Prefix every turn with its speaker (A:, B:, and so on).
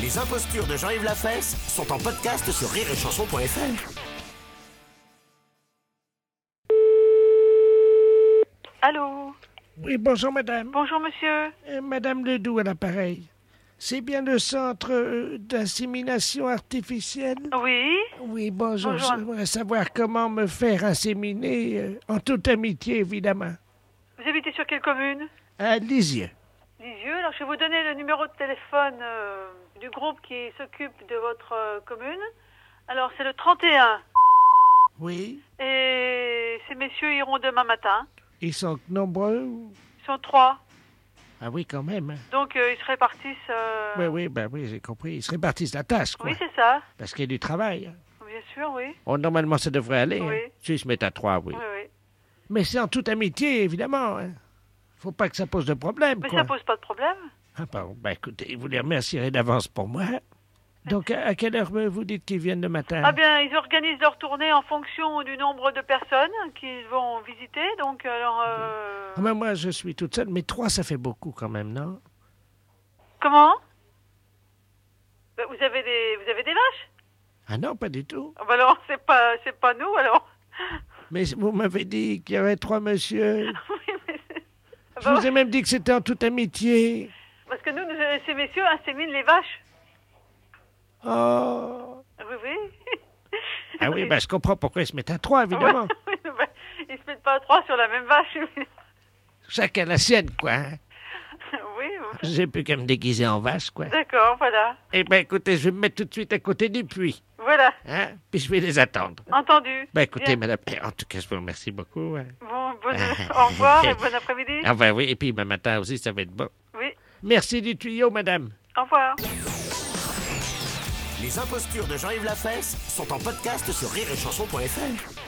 A: Les impostures de Jean-Yves Lafesse sont en podcast sur rireetchanson.fr.
B: Allô
C: Oui, bonjour, madame.
B: Bonjour, monsieur.
C: Euh, madame Ledoux à l'appareil. C'est bien le centre euh, d'insémination artificielle
B: Oui
C: Oui, bonjour.
B: Bonjour.
C: J'aimerais savoir comment me faire inséminer, euh, en toute amitié, évidemment. Euh,
B: Vous habitez sur quelle commune
C: À Lisieux.
B: Lisieux. Alors, je vais vous donner le numéro de téléphone euh, du groupe qui s'occupe de votre euh, commune. Alors, c'est le 31.
C: Oui.
B: Et ces messieurs iront demain matin.
C: Ils sont nombreux ou-
B: Ils sont trois.
C: Ah oui, quand même. hein.
B: Donc, euh, ils se répartissent. euh,
C: Oui, oui, ben oui, j'ai compris. Ils se répartissent la tâche, quoi.
B: Oui, c'est ça.
C: Parce qu'il y a du travail. hein.
B: Bien sûr, oui.
C: Oh, normalement, ça devrait aller.
B: Oui.
C: hein. Si ils se mettent à trois, oui.
B: Oui, oui.
C: Mais c'est en toute amitié, évidemment. hein. Faut pas que ça pose de problème,
B: Mais
C: quoi.
B: ça pose pas de problème.
C: Ah, pardon. Ben, écoutez, vous les remercierez d'avance pour moi. Donc, à, à quelle heure euh, vous dites qu'ils viennent le matin
B: Ah bien, ils organisent leur tournée en fonction du nombre de personnes qu'ils vont visiter. Donc, alors... euh,
C: Ah, ben, Moi, je suis toute seule, mais trois, ça fait beaucoup quand même, non
B: Comment Ben, Vous avez des vous avez des vaches
C: Ah non, pas du tout.
B: Ah ben alors c'est pas c'est pas nous alors.
C: Mais vous m'avez dit qu'il y avait trois monsieur.
B: Oui, mais c'est- Ah
C: Je
B: ben
C: vous ai même dit que c'était en toute amitié.
B: Parce que nous, nous- ces messieurs inséminent les vaches.
C: Oh
B: Oui oui.
C: Ah oui, ben, je comprends pourquoi ils se mettent à trois, évidemment.
B: Oui, ben, Ils se mettent pas à trois sur la même vache. oui.
C: Chacun la sienne, quoi. hein.
B: Oui. oui.
C: J'ai plus qu'à me déguiser en vache, quoi.
B: D'accord, voilà.
C: Eh ben, écoutez, je vais me mettre tout de suite à côté du puits,
B: Voilà,
C: hein, puis je vais les attendre.
B: entendu.
C: Ben, écoutez,
B: Bien.
C: madame, eh, en tout cas, je vous remercie beaucoup. hein.
B: Bon, bonne- au revoir et bon après-midi.
C: Ah ben oui, et puis ma matin aussi, ça va être bon.
B: Oui,
C: Merci du tuyau, madame.
B: au revoir.
A: Les impostures de Jean-Yves Lafesse sont en podcast sur rireetchanson.fr.